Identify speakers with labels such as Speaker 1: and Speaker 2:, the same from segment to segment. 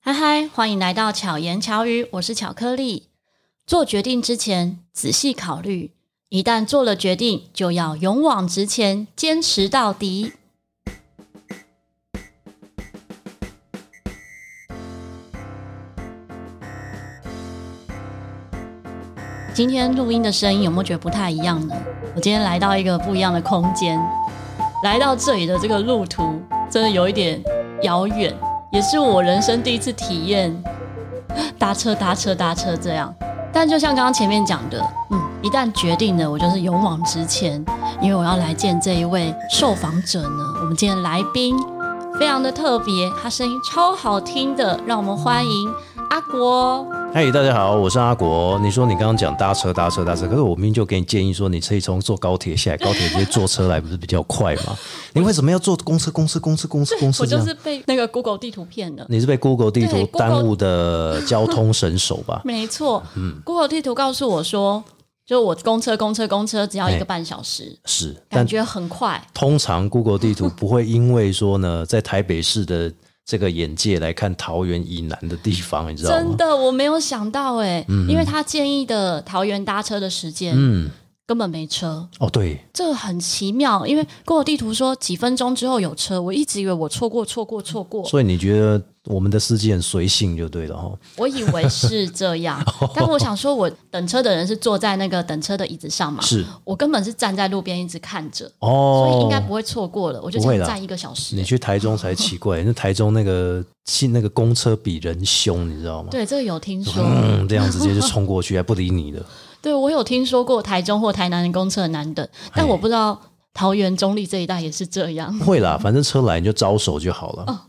Speaker 1: 嗨嗨，欢迎来到巧言巧语，我是巧克力。做决定之前仔细考虑，一旦做了决定，就要勇往直前，坚持到底。今天录音的声音有没有觉得不太一样呢？我今天来到一个不一样的空间，来到这里的这个路途真的有一点遥远，也是我人生第一次体验搭车搭车搭车这样。但就像刚刚前面讲的，嗯，一旦决定了，我就是勇往直前，因为我要来见这一位受访者呢。我们今天来宾非常的特别，他声音超好听的，让我们欢迎阿国。
Speaker 2: 嗨大家好，我是阿国。你说你刚刚讲搭车搭车搭车，可是我明明就给你建议说，你可以从坐高铁下来，高铁直接坐车来，不是比较快 吗？你为什么要坐公车？公车公车公车公车
Speaker 1: 我
Speaker 2: 这
Speaker 1: 就
Speaker 2: 样？
Speaker 1: 是嗯被那个 Google 地图骗了。
Speaker 2: 你是被 Google 地
Speaker 1: 对
Speaker 2: 图
Speaker 1: ，Google-？
Speaker 2: 耽误的交通神手吧
Speaker 1: 没错，Google 地图告诉我说，就我公车、公车、公车，只要一个
Speaker 2: 哎
Speaker 1: 半小时，
Speaker 2: 是，但
Speaker 1: 感觉很快。
Speaker 2: 通常 Google 地图不会因为说呢，在台北市的这个眼界来看桃园以南的地方，你知道
Speaker 1: 真
Speaker 2: 吗？嗯
Speaker 1: 的，我没有想到哎、因为他建议的桃园搭车的时间，嗯，根本没车，
Speaker 2: 哦，对，
Speaker 1: 这个很奇妙。因为 Google 地图说几分钟之后有车，我一直以为我错过、错过、错过，
Speaker 2: 所以你觉得我们的司机很随性就对了哈、哦。
Speaker 1: 我以为是这 样。
Speaker 2: 哦
Speaker 1: 但我想说，我等车的人是坐在那个等车的椅子上嘛，
Speaker 2: 是
Speaker 1: 我根本是站在路边一直看着，
Speaker 2: 哦，
Speaker 1: 所以应该不会错过了。我就
Speaker 2: 不
Speaker 1: 想
Speaker 2: 会啦
Speaker 1: 站一个小时、
Speaker 2: 你去台中才奇 怪，那台中那个汽那个公车比人凶，你知道吗？
Speaker 1: 对，这个有听说。
Speaker 2: 嗯，这样直接就冲过去，还不理 你的。
Speaker 1: 对，我有听说过台中或台南的公厕很难等，但
Speaker 2: 哎
Speaker 1: 我不知道桃园中立这一带也是这样。
Speaker 2: 会啦，反正车来你就招手就好了。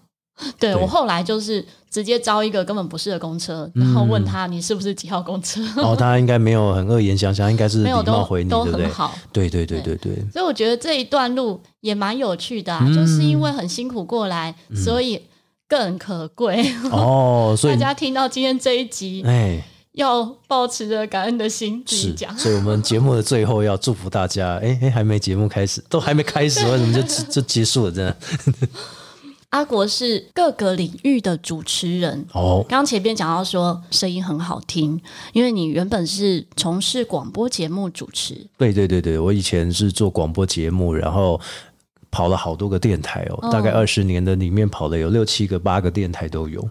Speaker 1: 对
Speaker 2: 对
Speaker 1: 我后来就是直接招一个根本不是的公车，
Speaker 2: 嗯
Speaker 1: 然后问他你是不是几号公车，
Speaker 2: 然后哦他应该没有很恶言相向，应该是
Speaker 1: 没
Speaker 2: 礼
Speaker 1: 有
Speaker 2: 貌
Speaker 1: 都
Speaker 2: 回你，
Speaker 1: 都
Speaker 2: 对不
Speaker 1: 很
Speaker 2: 对？
Speaker 1: 好。
Speaker 2: 对对对对对，
Speaker 1: 所以我觉得这一段路也蛮有趣的、啊，
Speaker 2: 嗯
Speaker 1: 就是因为很辛苦过来，所以更可贵。
Speaker 2: 哦，所
Speaker 1: 大
Speaker 2: 以
Speaker 1: 家听到今天这一集，
Speaker 2: 哎
Speaker 1: 要抱持着感恩的心自己
Speaker 2: 是
Speaker 1: 讲，。
Speaker 2: 所以我们节目的最后要祝福大家。哎哎，还没节目开始，都还没开始，为什么就就就结束了？真的
Speaker 1: 阿国是各个领域的主持人，
Speaker 2: 哦，
Speaker 1: 刚刚前面讲到说声音很好听，因为你原本是从事广播节目主持，
Speaker 2: 对对对对，我以前是做广播节目，然后跑了好多个电台哦，
Speaker 1: 嗯
Speaker 2: 大概二十年的里面跑了有六七个、八个电台都有。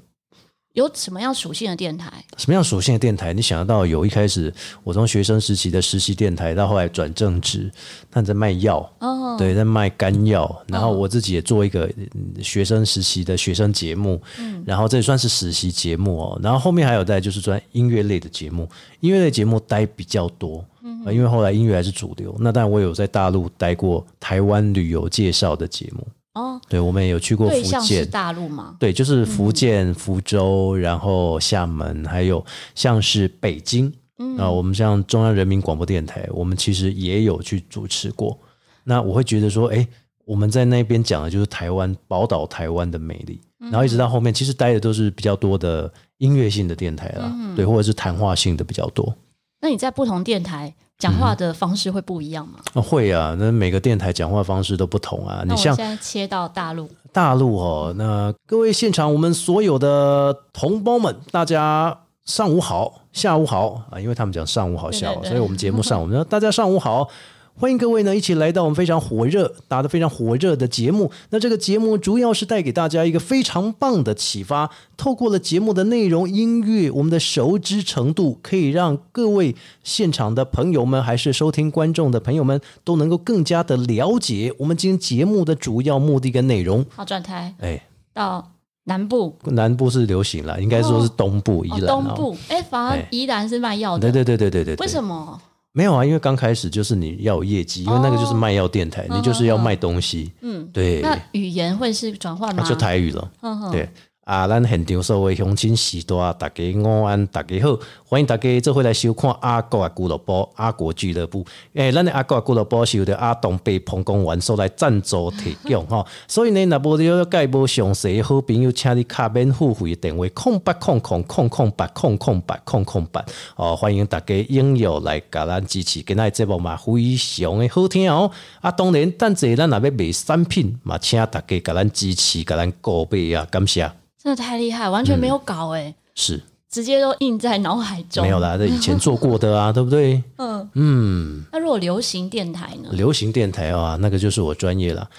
Speaker 1: 有什么样属性的电台？
Speaker 2: 什么样属性的电台？你想得到有一开始我从学生时期的实习电台，到后来转正职，那你在卖药，
Speaker 1: 哦，
Speaker 2: 对，在卖干药。然后我自己也做一个嗯学生实习的学生节目，
Speaker 1: 嗯
Speaker 2: 然后这也算是实习节目哦。然后后面还有在就是专音乐类的节目，音乐类节目待比较多，
Speaker 1: 嗯
Speaker 2: 呃因为后来音乐还是主流。那但我有在大陆待过台湾旅游介绍的节目，
Speaker 1: 哦，
Speaker 2: 对我们也有去过
Speaker 1: 对
Speaker 2: 福
Speaker 1: 象是
Speaker 2: 建。嗯
Speaker 1: 大陆吗？
Speaker 2: 对，就是
Speaker 1: 嗯
Speaker 2: 福建、福州，然后厦门，还有像是北京，啊、
Speaker 1: 嗯
Speaker 2: 我们像中央人民广播电台，我们其实也有去主持过。那我会觉得说，哎，我们在那边讲的就是台湾宝岛台湾的美丽，
Speaker 1: 嗯
Speaker 2: 然后一直到后面，其实待的都是比较多的音乐性的电台啦，
Speaker 1: 嗯
Speaker 2: 对，或者是谈话性的比较多。
Speaker 1: 那你在不同电台讲话的方式会不一样吗？
Speaker 2: 啊会啊，那每个电台讲话方式都不同啊。
Speaker 1: 那
Speaker 2: 你
Speaker 1: 我
Speaker 2: 像
Speaker 1: 现在切到大陆，
Speaker 2: 大陆哦，那各位现场我们所有的同胞们，大家上午好，下午好啊，因为他们讲上午好
Speaker 1: 对
Speaker 2: 下午，
Speaker 1: 对对
Speaker 2: 所以我们节目上午我们说大家上午好。欢迎各位呢，一起来到我们非常火热、打得非常火热的节目。那这个节目主要是带给大家一个非常棒的启发，透过了节目的内容、音乐，我们的熟知程度，可以让各位现场的朋友们，还是收听观众的朋友们，都能够更加的了解我们今天节目的主要目的跟内容。
Speaker 1: 好转台
Speaker 2: 哎，
Speaker 1: 到南部、
Speaker 2: 南部是流行啦，应该说是东部、宜
Speaker 1: 哦、
Speaker 2: 兰、
Speaker 1: 东。部，哎，反而
Speaker 2: 哎
Speaker 1: 宜兰是卖药的，
Speaker 2: 对对对对对对，对
Speaker 1: 为什么？
Speaker 2: 没有啊？因为刚开始就是你要有业绩，因为那个就是卖药电台，你就是要卖东西。
Speaker 1: 嗯，
Speaker 2: 对，啊
Speaker 1: 那语言会是转换吗？
Speaker 2: 就台语了。
Speaker 1: 嗯哼，
Speaker 2: 对啊，咱现场所有的乡亲时代，大家午安，大家好，欢迎大家做回来收看阿国的俱乐部、阿国俱乐部。诶、咱的阿国的俱乐部是由着阿东被彭公元所来赞助提供吼，所以呢，若无了解无详细的好朋友，请你卡免付费的电话空八空空空空八空空八空空八哦，欢迎大家踊跃来甲咱支持，今仔的节目嘛非常的好听哦。啊，当然，等者咱若要卖产品嘛，请大家甲咱支持，甲咱购买啊，感谢。
Speaker 1: 真的太厉害，完全没有搞哎、
Speaker 2: 是
Speaker 1: 直接都印在脑海中。
Speaker 2: 没有啦，这以前做过的啊，对不对？
Speaker 1: 嗯，
Speaker 2: 嗯，
Speaker 1: 那如果流行电台呢？
Speaker 2: 流行电台啊，那个就是我专业了。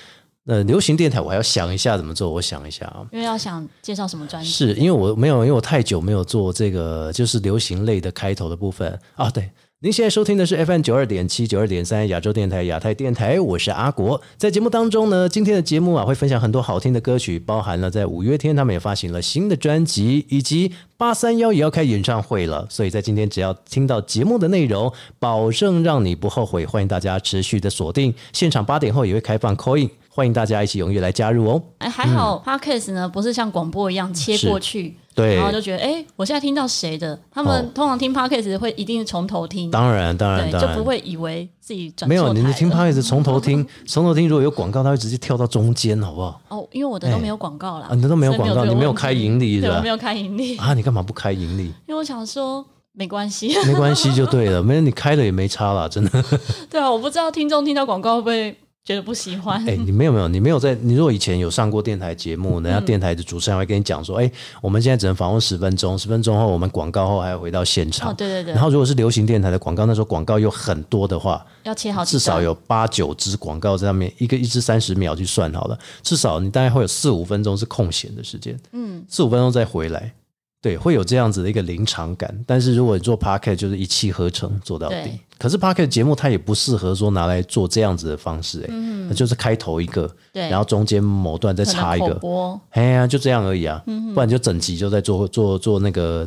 Speaker 2: 那流行电台我还要想一下怎么做，我想一下啊。
Speaker 1: 因为要想介绍什么专辑，
Speaker 2: 是因为我没有，因为我太久没有做这个就是流行类的开头的部分啊。对，您现在收听的是 FM 九二点七、九二点三亚洲电台、亚太电台，我是阿国。在节目当中呢，今天的节目啊会分享很多好听的歌曲，包含了在五月天他们也发行了新的专辑，以及八三幺也要开演唱会了。所以在今天只要听到节目的内容，保证让你不后悔。欢迎大家持续的锁定，现场八点后也会开放 call in，欢迎大家一起踊跃来加入哦。
Speaker 1: 哎，还好 podcast 呢不是像广播一样切过去，
Speaker 2: 对
Speaker 1: 然，后就觉得哎、我现在听到谁的？他们
Speaker 2: 哦
Speaker 1: 通常听 podcast 会一定是从头听，
Speaker 2: 当然，当然，
Speaker 1: 对，
Speaker 2: 嗯当
Speaker 1: 就
Speaker 2: 然，
Speaker 1: 不会以为自己转
Speaker 2: 没有，
Speaker 1: 错
Speaker 2: 你
Speaker 1: 台
Speaker 2: 就听
Speaker 1: 了
Speaker 2: p 一直从头听， 从头听。如果有广告，它会直接跳到中间，好不好？
Speaker 1: 哦，因为我的都没有广告啦，
Speaker 2: 哎啊，你都没有广告，
Speaker 1: 所以
Speaker 2: 你
Speaker 1: 这个
Speaker 2: 没有
Speaker 1: 问题
Speaker 2: 开盈利是
Speaker 1: 对，我
Speaker 2: 吧
Speaker 1: 没？有开盈利，
Speaker 2: 啊，你干嘛不开 盈利？
Speaker 1: 因为我想说没关系，
Speaker 2: 没关系就对了，没人你开了也没差啦，真 的。
Speaker 1: 对啊，我不知道听众听到广告会不会觉得不喜欢，
Speaker 2: 哎，你没有没有，你没有在，你如果以前有上过电台节目，人
Speaker 1: 嗯
Speaker 2: 家电台的主持人会跟你讲说，哎，我们现在只能访问十分钟，十分钟后我们广告后还要回到现
Speaker 1: 哦，
Speaker 2: 场。
Speaker 1: 对对对
Speaker 2: 然，后如果是流行电台的广告，那时候广告有很多的话，
Speaker 1: 要切好几
Speaker 2: 至少
Speaker 1: 段
Speaker 2: 有八九支广告在上面，一个一支三十秒去算好了，至少你大概会有四五分钟是空闲的时间，
Speaker 1: 嗯，
Speaker 2: 四五分钟再回来，对，会有这样子的一个临场感。但是如果你做 p o c a e t 就是一气呵成做到底
Speaker 1: 对。
Speaker 2: 可是 p o c a e t 节目它也不适合说拿来做这样子的方式、欸，嗯，就是开头一个，
Speaker 1: 对
Speaker 2: 然后中间某段再
Speaker 1: 可能嗯
Speaker 2: 插一
Speaker 1: 口
Speaker 2: 个，
Speaker 1: 播
Speaker 2: 哎呀，就这样而已啊，不然就整集就在做做做那个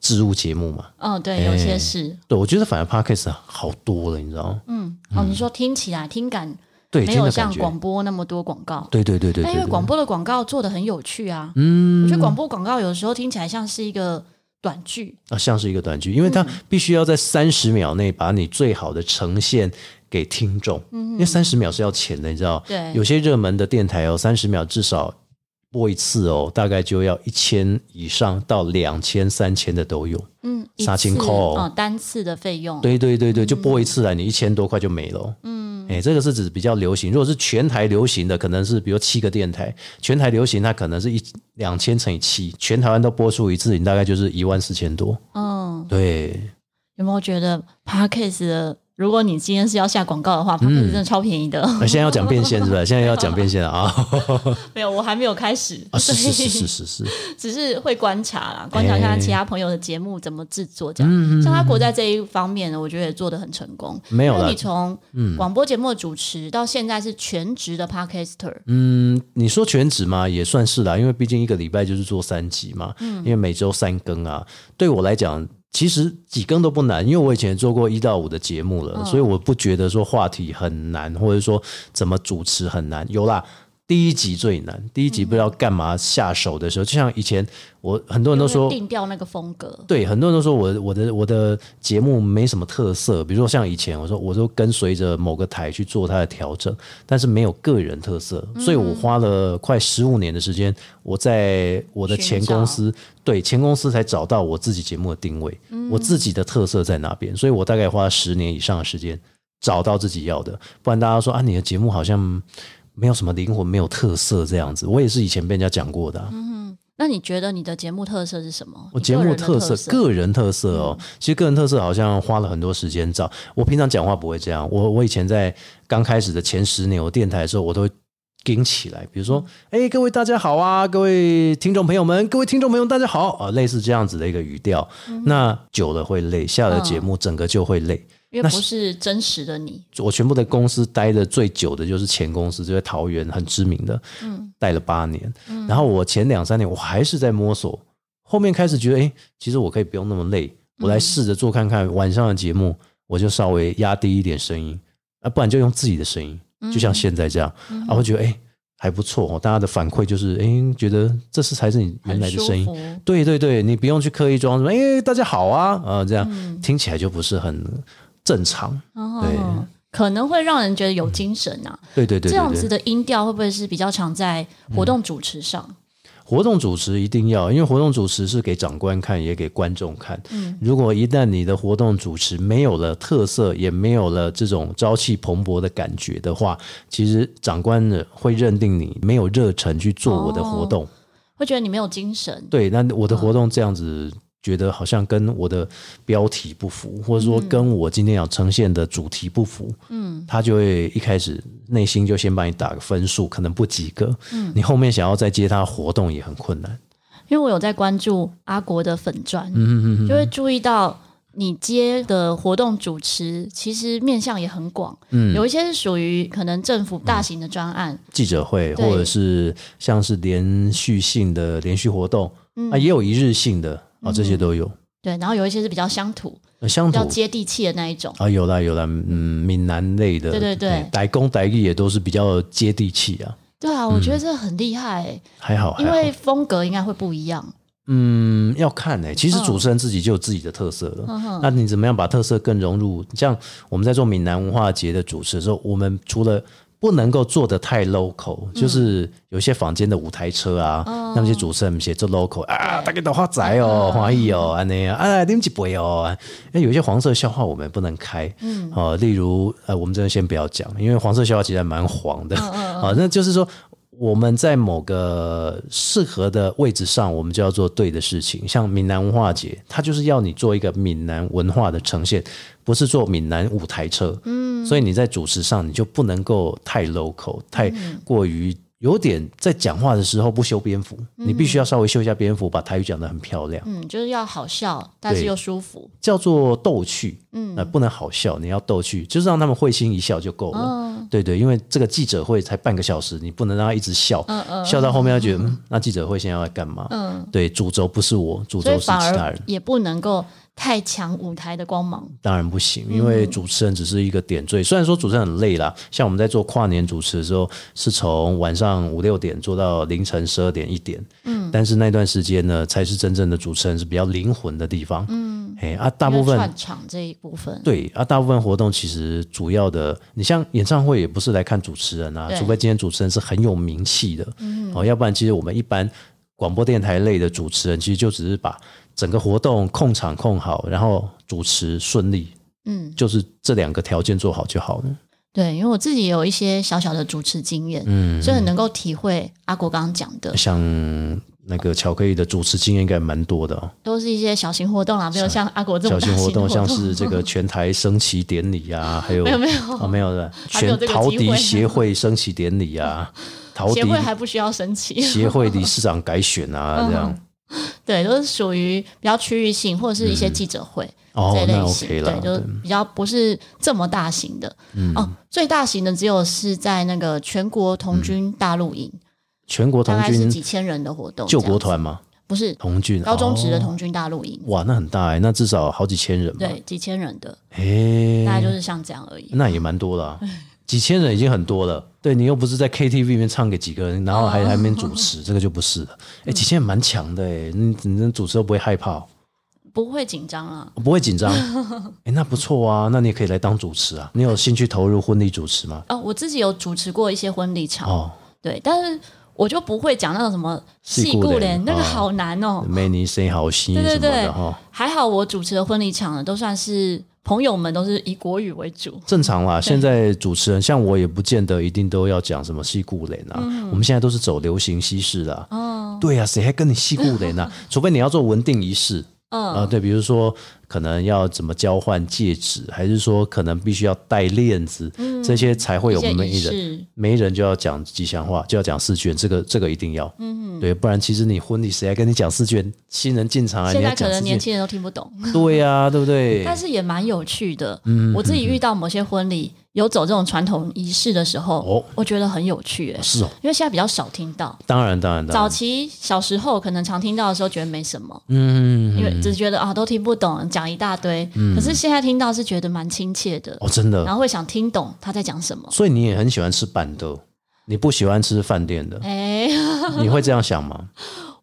Speaker 2: 植入节目嘛。
Speaker 1: 嗯，对，有
Speaker 2: 哎
Speaker 1: 些是，
Speaker 2: 对，我觉得反而 p o c a s t 好多了，你知道吗？
Speaker 1: 嗯，哦，你说听起来听感
Speaker 2: 对，
Speaker 1: 没
Speaker 2: 真
Speaker 1: 有
Speaker 2: 的感
Speaker 1: 像
Speaker 2: 觉。
Speaker 1: 广播那么多广告，
Speaker 2: 对对对对对
Speaker 1: 但因为
Speaker 2: 对，
Speaker 1: 广播的广告做的很有趣啊，嗯，我觉得广播广告有时候听起来像是一个短剧，
Speaker 2: 啊，像是一个短剧，因为
Speaker 1: 嗯
Speaker 2: 它必须要在三十秒内把你最好的呈现给听众，因为三十秒是要钱的，你知道？
Speaker 1: 嗯对
Speaker 2: 有些热门的电台哦，三十秒至少播一次哦，大概就要一千以上到两千、三千的都有。
Speaker 1: 嗯，一
Speaker 2: 杀青
Speaker 1: 次
Speaker 2: 扣
Speaker 1: 嗯，单次的费用，
Speaker 2: 对对对对，就播一次来，你一千多块就没了。嗯，哎，这个是指比较流行，如果是全台流行的，可能是比如七个电台，全台流行它可能是一两千乘以七，全台湾都播出一次，你大概就是一万四千多。
Speaker 1: 嗯，
Speaker 2: 对。
Speaker 1: 有没有觉得 podcast 的？如果你今天是要下广告的话 p o d
Speaker 2: 嗯
Speaker 1: c a s 真的超便宜 的。
Speaker 2: 啊，现在要讲变现是吧？现在要讲变现了啊！
Speaker 1: 没有，我还没有开始，
Speaker 2: 啊，是
Speaker 1: 所
Speaker 2: 是
Speaker 1: 以
Speaker 2: 是哎是是是，
Speaker 1: 只是会观察啦，观察看其他朋友的节目怎么制作这样。像他国在这一方面呢，我觉得也做得很成功。
Speaker 2: 嗯没有
Speaker 1: 因为
Speaker 2: 啦嗯
Speaker 1: 你。从广播节目的主持到现在是全职的 podcaster，
Speaker 2: 嗯， 你说全职嘛，也算是啦，因为毕竟一个礼拜就是做三集嘛，因为每周三更啊。对我来讲，其实几更都不难，因为我以前做过一到五的节目了，所以我不觉得说话题很难，或者说怎么主持很难。有啦。第一集最难，第一集不知道干嘛下手的时候，就像以前我很多人都
Speaker 1: 就是
Speaker 2: 说
Speaker 1: 定调那个风格。
Speaker 2: 对，很多人都说我我的我的节目没什么特色，比如说像以前我说我都跟随着某个台去做它的调整，但是没有个人特色，
Speaker 1: 嗯
Speaker 2: 所以我花了快十五年的时间，我在我的前
Speaker 1: 寻找嗯
Speaker 2: 公司对前公司才找到我自己节目的定位，我自己的特色在哪边，所以我大概花了十年以上的时间找到自己要的，不然大家说啊你的节目好像没有什么灵魂，没有特色这样子，我也是以前被人家讲过的啊、
Speaker 1: 那你觉得你的节目特色是什么？
Speaker 2: 我
Speaker 1: 你
Speaker 2: 节
Speaker 1: 个
Speaker 2: 目
Speaker 1: 人的特嗯
Speaker 2: 特色，个人特色哦，其实个人特色好像花了很多时间找。我平常讲话不会这样，我我以前在刚开始的前十年，我电台的时候，我都会盯起来，比如说，
Speaker 1: 嗯
Speaker 2: 哎、各位大家好啊，各位听众朋友们，各位听众朋友大家好啊，类似这样子的一个语调。
Speaker 1: 嗯
Speaker 2: 那久了会累，下了节目整个就会累。
Speaker 1: 因为不是真实的你，
Speaker 2: 我全部的公司待的最久的就是前公司，就在桃园很知名的，嗯，待了八年。
Speaker 1: 嗯
Speaker 2: 然后我前两三年我还是在摸索，后面开始觉得，哎、其实我可以不用那么累，
Speaker 1: 嗯
Speaker 2: 我来试着做看看晚上的节目，我就稍微压低一点声音，啊，不然就用自己的声音，
Speaker 1: 嗯
Speaker 2: 就像现在这样，啊，我觉得哎、还不错哦，大家的反馈就是，哎、觉得这是才是你原
Speaker 1: 很
Speaker 2: 来的
Speaker 1: 舒
Speaker 2: 声音，
Speaker 1: 服。
Speaker 2: 对对对，你不用去刻意装什么，哎、大家好啊，啊、这样、
Speaker 1: 嗯
Speaker 2: 听起来就不是很正常。
Speaker 1: 哦，可能会让人觉得有精神啊。
Speaker 2: 对对对对对，嗯
Speaker 1: 这样子的音调会不会是比较常在活动主持上？
Speaker 2: 活动主持一定要，因为活动主持是给长官看，也给观众看。如果一旦你的活动主持没有了特色，也没有了这种朝气蓬勃的感觉哦的话，其实长官呢会认定你没有热忱去做我的活动。
Speaker 1: 会觉得你没有精神。
Speaker 2: 对，那我的活动这样子，觉得好像跟我的标题不符，或者说跟我今天要呈现的主题不符，嗯，他就会一开始内心就先帮你打个分数，可能不及格，嗯，你后面想要再接他活动也很困难，
Speaker 1: 因为我有在关注阿国的粉
Speaker 2: 嗯
Speaker 1: 砖，就会注意到你接的活动主持其实面向也很广，
Speaker 2: 嗯
Speaker 1: 有一些是属于可能政府大型的专案，
Speaker 2: 记者会
Speaker 1: 对
Speaker 2: 或者是像是连续性的连续活动，
Speaker 1: 嗯
Speaker 2: 啊，也有一日性的啊，这些都有，
Speaker 1: 对，然后有一些是比较乡土、
Speaker 2: 呃乡
Speaker 1: 比较
Speaker 2: 土。
Speaker 1: 接地气的那一种，
Speaker 2: 啊，有啦有啦，嗯，闽南类的，
Speaker 1: 对对对
Speaker 2: 哎傣公傣语也都是比较接地气啊，
Speaker 1: 对啊，我觉得这很厉害欸、
Speaker 2: 还好，还
Speaker 1: 因
Speaker 2: 好。
Speaker 1: 为风格应该会不一样，
Speaker 2: 嗯，要看呢、其实主持人自己就有自己的特色了。
Speaker 1: 嗯
Speaker 2: 那你怎么样把特色更融入？像我们在做闽南文化节的主持的时候，我们除了不能够做的太 local，、就是有些坊间的舞台车啊，那么些主持人写做 local 啊，大家都花仔哦，华裔哦，安尼啊，啊，你们几杯哦。那有一些黄色笑话我们不能开，嗯，哦，例如呃，我们这边先不要讲，因为黄色笑话其实还蛮黄的， 啊，那就是说我们在某个适合的位置上，我们就要做对的事情。像闽南文化节，它就是要你做一个闽南文化的呈现，不是做闽南舞台车。嗯，所以你在主持上，你就不能够太 local，太过于有点在讲话的时候不修边幅，你必须要稍微修一下边幅，把台语讲得很漂亮，
Speaker 1: 嗯，就是要好笑，但是
Speaker 2: 对
Speaker 1: 又舒服，
Speaker 2: 叫做逗趣。嗯，呃，不能好笑，你要逗趣，就是让他们会心一笑就够了。
Speaker 1: 哦
Speaker 2: 对对，因为这个记者会才半个小时，你不能让他一直笑，
Speaker 1: 嗯
Speaker 2: 笑到后面他觉得，嗯，那记者会现在要干嘛？对，主轴不是我，主
Speaker 1: 所
Speaker 2: 轴
Speaker 1: 以
Speaker 2: 是其
Speaker 1: 反
Speaker 2: 他
Speaker 1: 而
Speaker 2: 人，
Speaker 1: 也不能够太强舞台的光芒，
Speaker 2: 当然不行，
Speaker 1: 嗯
Speaker 2: 因为主持人只是一个点缀。虽然说主持人很累啦，像我们在做跨年主持的时候，是从晚上五六点做到凌晨十二点一点，嗯，但是那段时间呢，才是真正的主持人是比较灵魂的地方，嗯，哎啊，大部
Speaker 1: 因为
Speaker 2: 分
Speaker 1: 串场这一部分，
Speaker 2: 对啊，大部分活动其实主要的，你像演唱会也不是来看主持人啊，
Speaker 1: 对嗯
Speaker 2: 除非今天主持人是很有名气的，哦，要不然其实我们一般广播电台类的主持人，其实就只是把整个活动控场控好，然后主持顺利，
Speaker 1: 嗯。
Speaker 2: 就是这两个条件做好就好了。
Speaker 1: 对，因为我自己也有一些小小的主持经验，
Speaker 2: 嗯
Speaker 1: 所以很能够体会阿国刚刚讲的，
Speaker 2: 像那个巧克力的主持经验应该蛮多的哦，
Speaker 1: 都是一些小型活动啊啦，没有像阿国这
Speaker 2: 啊小
Speaker 1: 么大
Speaker 2: 型
Speaker 1: 型
Speaker 2: 活
Speaker 1: 活
Speaker 2: 动像是这个全台升旗典礼啊，还有
Speaker 1: 没有没
Speaker 2: 啊、
Speaker 1: 有，
Speaker 2: 没有的，
Speaker 1: 还没有
Speaker 2: 全
Speaker 1: 这个
Speaker 2: 陶
Speaker 1: 机
Speaker 2: 笛
Speaker 1: 会
Speaker 2: 协会升旗典礼 啊，陶
Speaker 1: 协
Speaker 2: 笛
Speaker 1: 会还不需要升旗，
Speaker 2: 协会理事长改选
Speaker 1: 嗯
Speaker 2: 啊，这样。
Speaker 1: 对，都是属于比较区域性或者是一些记者会、
Speaker 2: 嗯哦
Speaker 1: 这，
Speaker 2: 那
Speaker 1: 类型，
Speaker 2: OK 嗯了
Speaker 1: 对，，就是比较不是这么大型的，哦，最大型的只有是在那个全国童军大陆营，
Speaker 2: 全国
Speaker 1: 大
Speaker 2: 嗯童
Speaker 1: 概是
Speaker 2: 军
Speaker 1: 几千人的活动，
Speaker 2: 救国
Speaker 1: 这样子
Speaker 2: 团嘛，
Speaker 1: 不是
Speaker 2: 童军
Speaker 1: 高中职的
Speaker 2: 哦
Speaker 1: 童军大陆营，
Speaker 2: 哇，那很大哎，那至少好几千人嘛，
Speaker 1: 对，几千人的，大概
Speaker 2: 哎，
Speaker 1: 就是像这样而已。
Speaker 2: 那也蛮多 的啊，几千人已经很多了。对你又不是在 KTV 里面唱给几个人，然后
Speaker 1: 哦
Speaker 2: 还还没主 持，这个就不是
Speaker 1: 嗯
Speaker 2: 了。哎，几千人蛮强的哎，你你那主持都不会害怕哦，
Speaker 1: 不会紧张啊，
Speaker 2: 不会紧 张。哎，那不错啊，那你也可以来当主持啊。你有兴趣投入婚礼主持吗？
Speaker 1: 哦，我自己有主持过一些婚礼场，
Speaker 2: 哦，
Speaker 1: 对，但是我就不会讲那种什么
Speaker 2: 戏骨
Speaker 1: 骨
Speaker 2: 脸
Speaker 1: 脸，那个
Speaker 2: 哦
Speaker 1: 好难哦。
Speaker 2: 美女谁好心什
Speaker 1: 对对
Speaker 2: 么
Speaker 1: 对
Speaker 2: 的哦哈。
Speaker 1: 还好我主持的婚礼场呢，都算是朋友们都是以国语为主，
Speaker 2: 正常啦，现在主持人像我也不见得一定都要讲什么戏骨脸啊，
Speaker 1: 嗯
Speaker 2: 我们现在都是走流行西式的、啊。
Speaker 1: 哦
Speaker 2: 对呀、啊，谁还跟你戏骨脸 啊？除非你要做文定仪式。嗯、啊，对，比如说可能要怎么交换戒指，还是说可能必须要戴链子，这些才会
Speaker 1: 嗯一
Speaker 2: 有
Speaker 1: 些
Speaker 2: 媒
Speaker 1: 仪
Speaker 2: 人。
Speaker 1: 式。
Speaker 2: 媒人就要讲吉祥话，就要讲四卷，这个这个一定要。嗯，对，不然其实你婚礼谁还跟你讲四卷？新人进场啊，
Speaker 1: 现
Speaker 2: 你要
Speaker 1: 在可
Speaker 2: 讲
Speaker 1: 能
Speaker 2: 四
Speaker 1: 年
Speaker 2: 卷。
Speaker 1: 轻人都听不懂，
Speaker 2: 对呀、对不对？嗯
Speaker 1: 但是也蛮有趣的。我自己遇到某些婚礼有走这种传统仪式的时候，
Speaker 2: 哦
Speaker 1: 我觉得很有趣、欸，
Speaker 2: 是哦，
Speaker 1: 因为现在比较少听到。
Speaker 2: 当然当然当
Speaker 1: 早
Speaker 2: 然。
Speaker 1: 期小时候可能常听到的时候觉得没什么，
Speaker 2: 嗯，
Speaker 1: 因为只觉得啊都听不懂，讲一大堆。可是现在听到是觉得蛮亲切的，
Speaker 2: 哦，真的。
Speaker 1: 然后会想听懂他在讲什么。
Speaker 2: 所以你也很喜欢吃板豆，你不喜欢吃饭 店的，
Speaker 1: 哎，
Speaker 2: 你会这样想吗？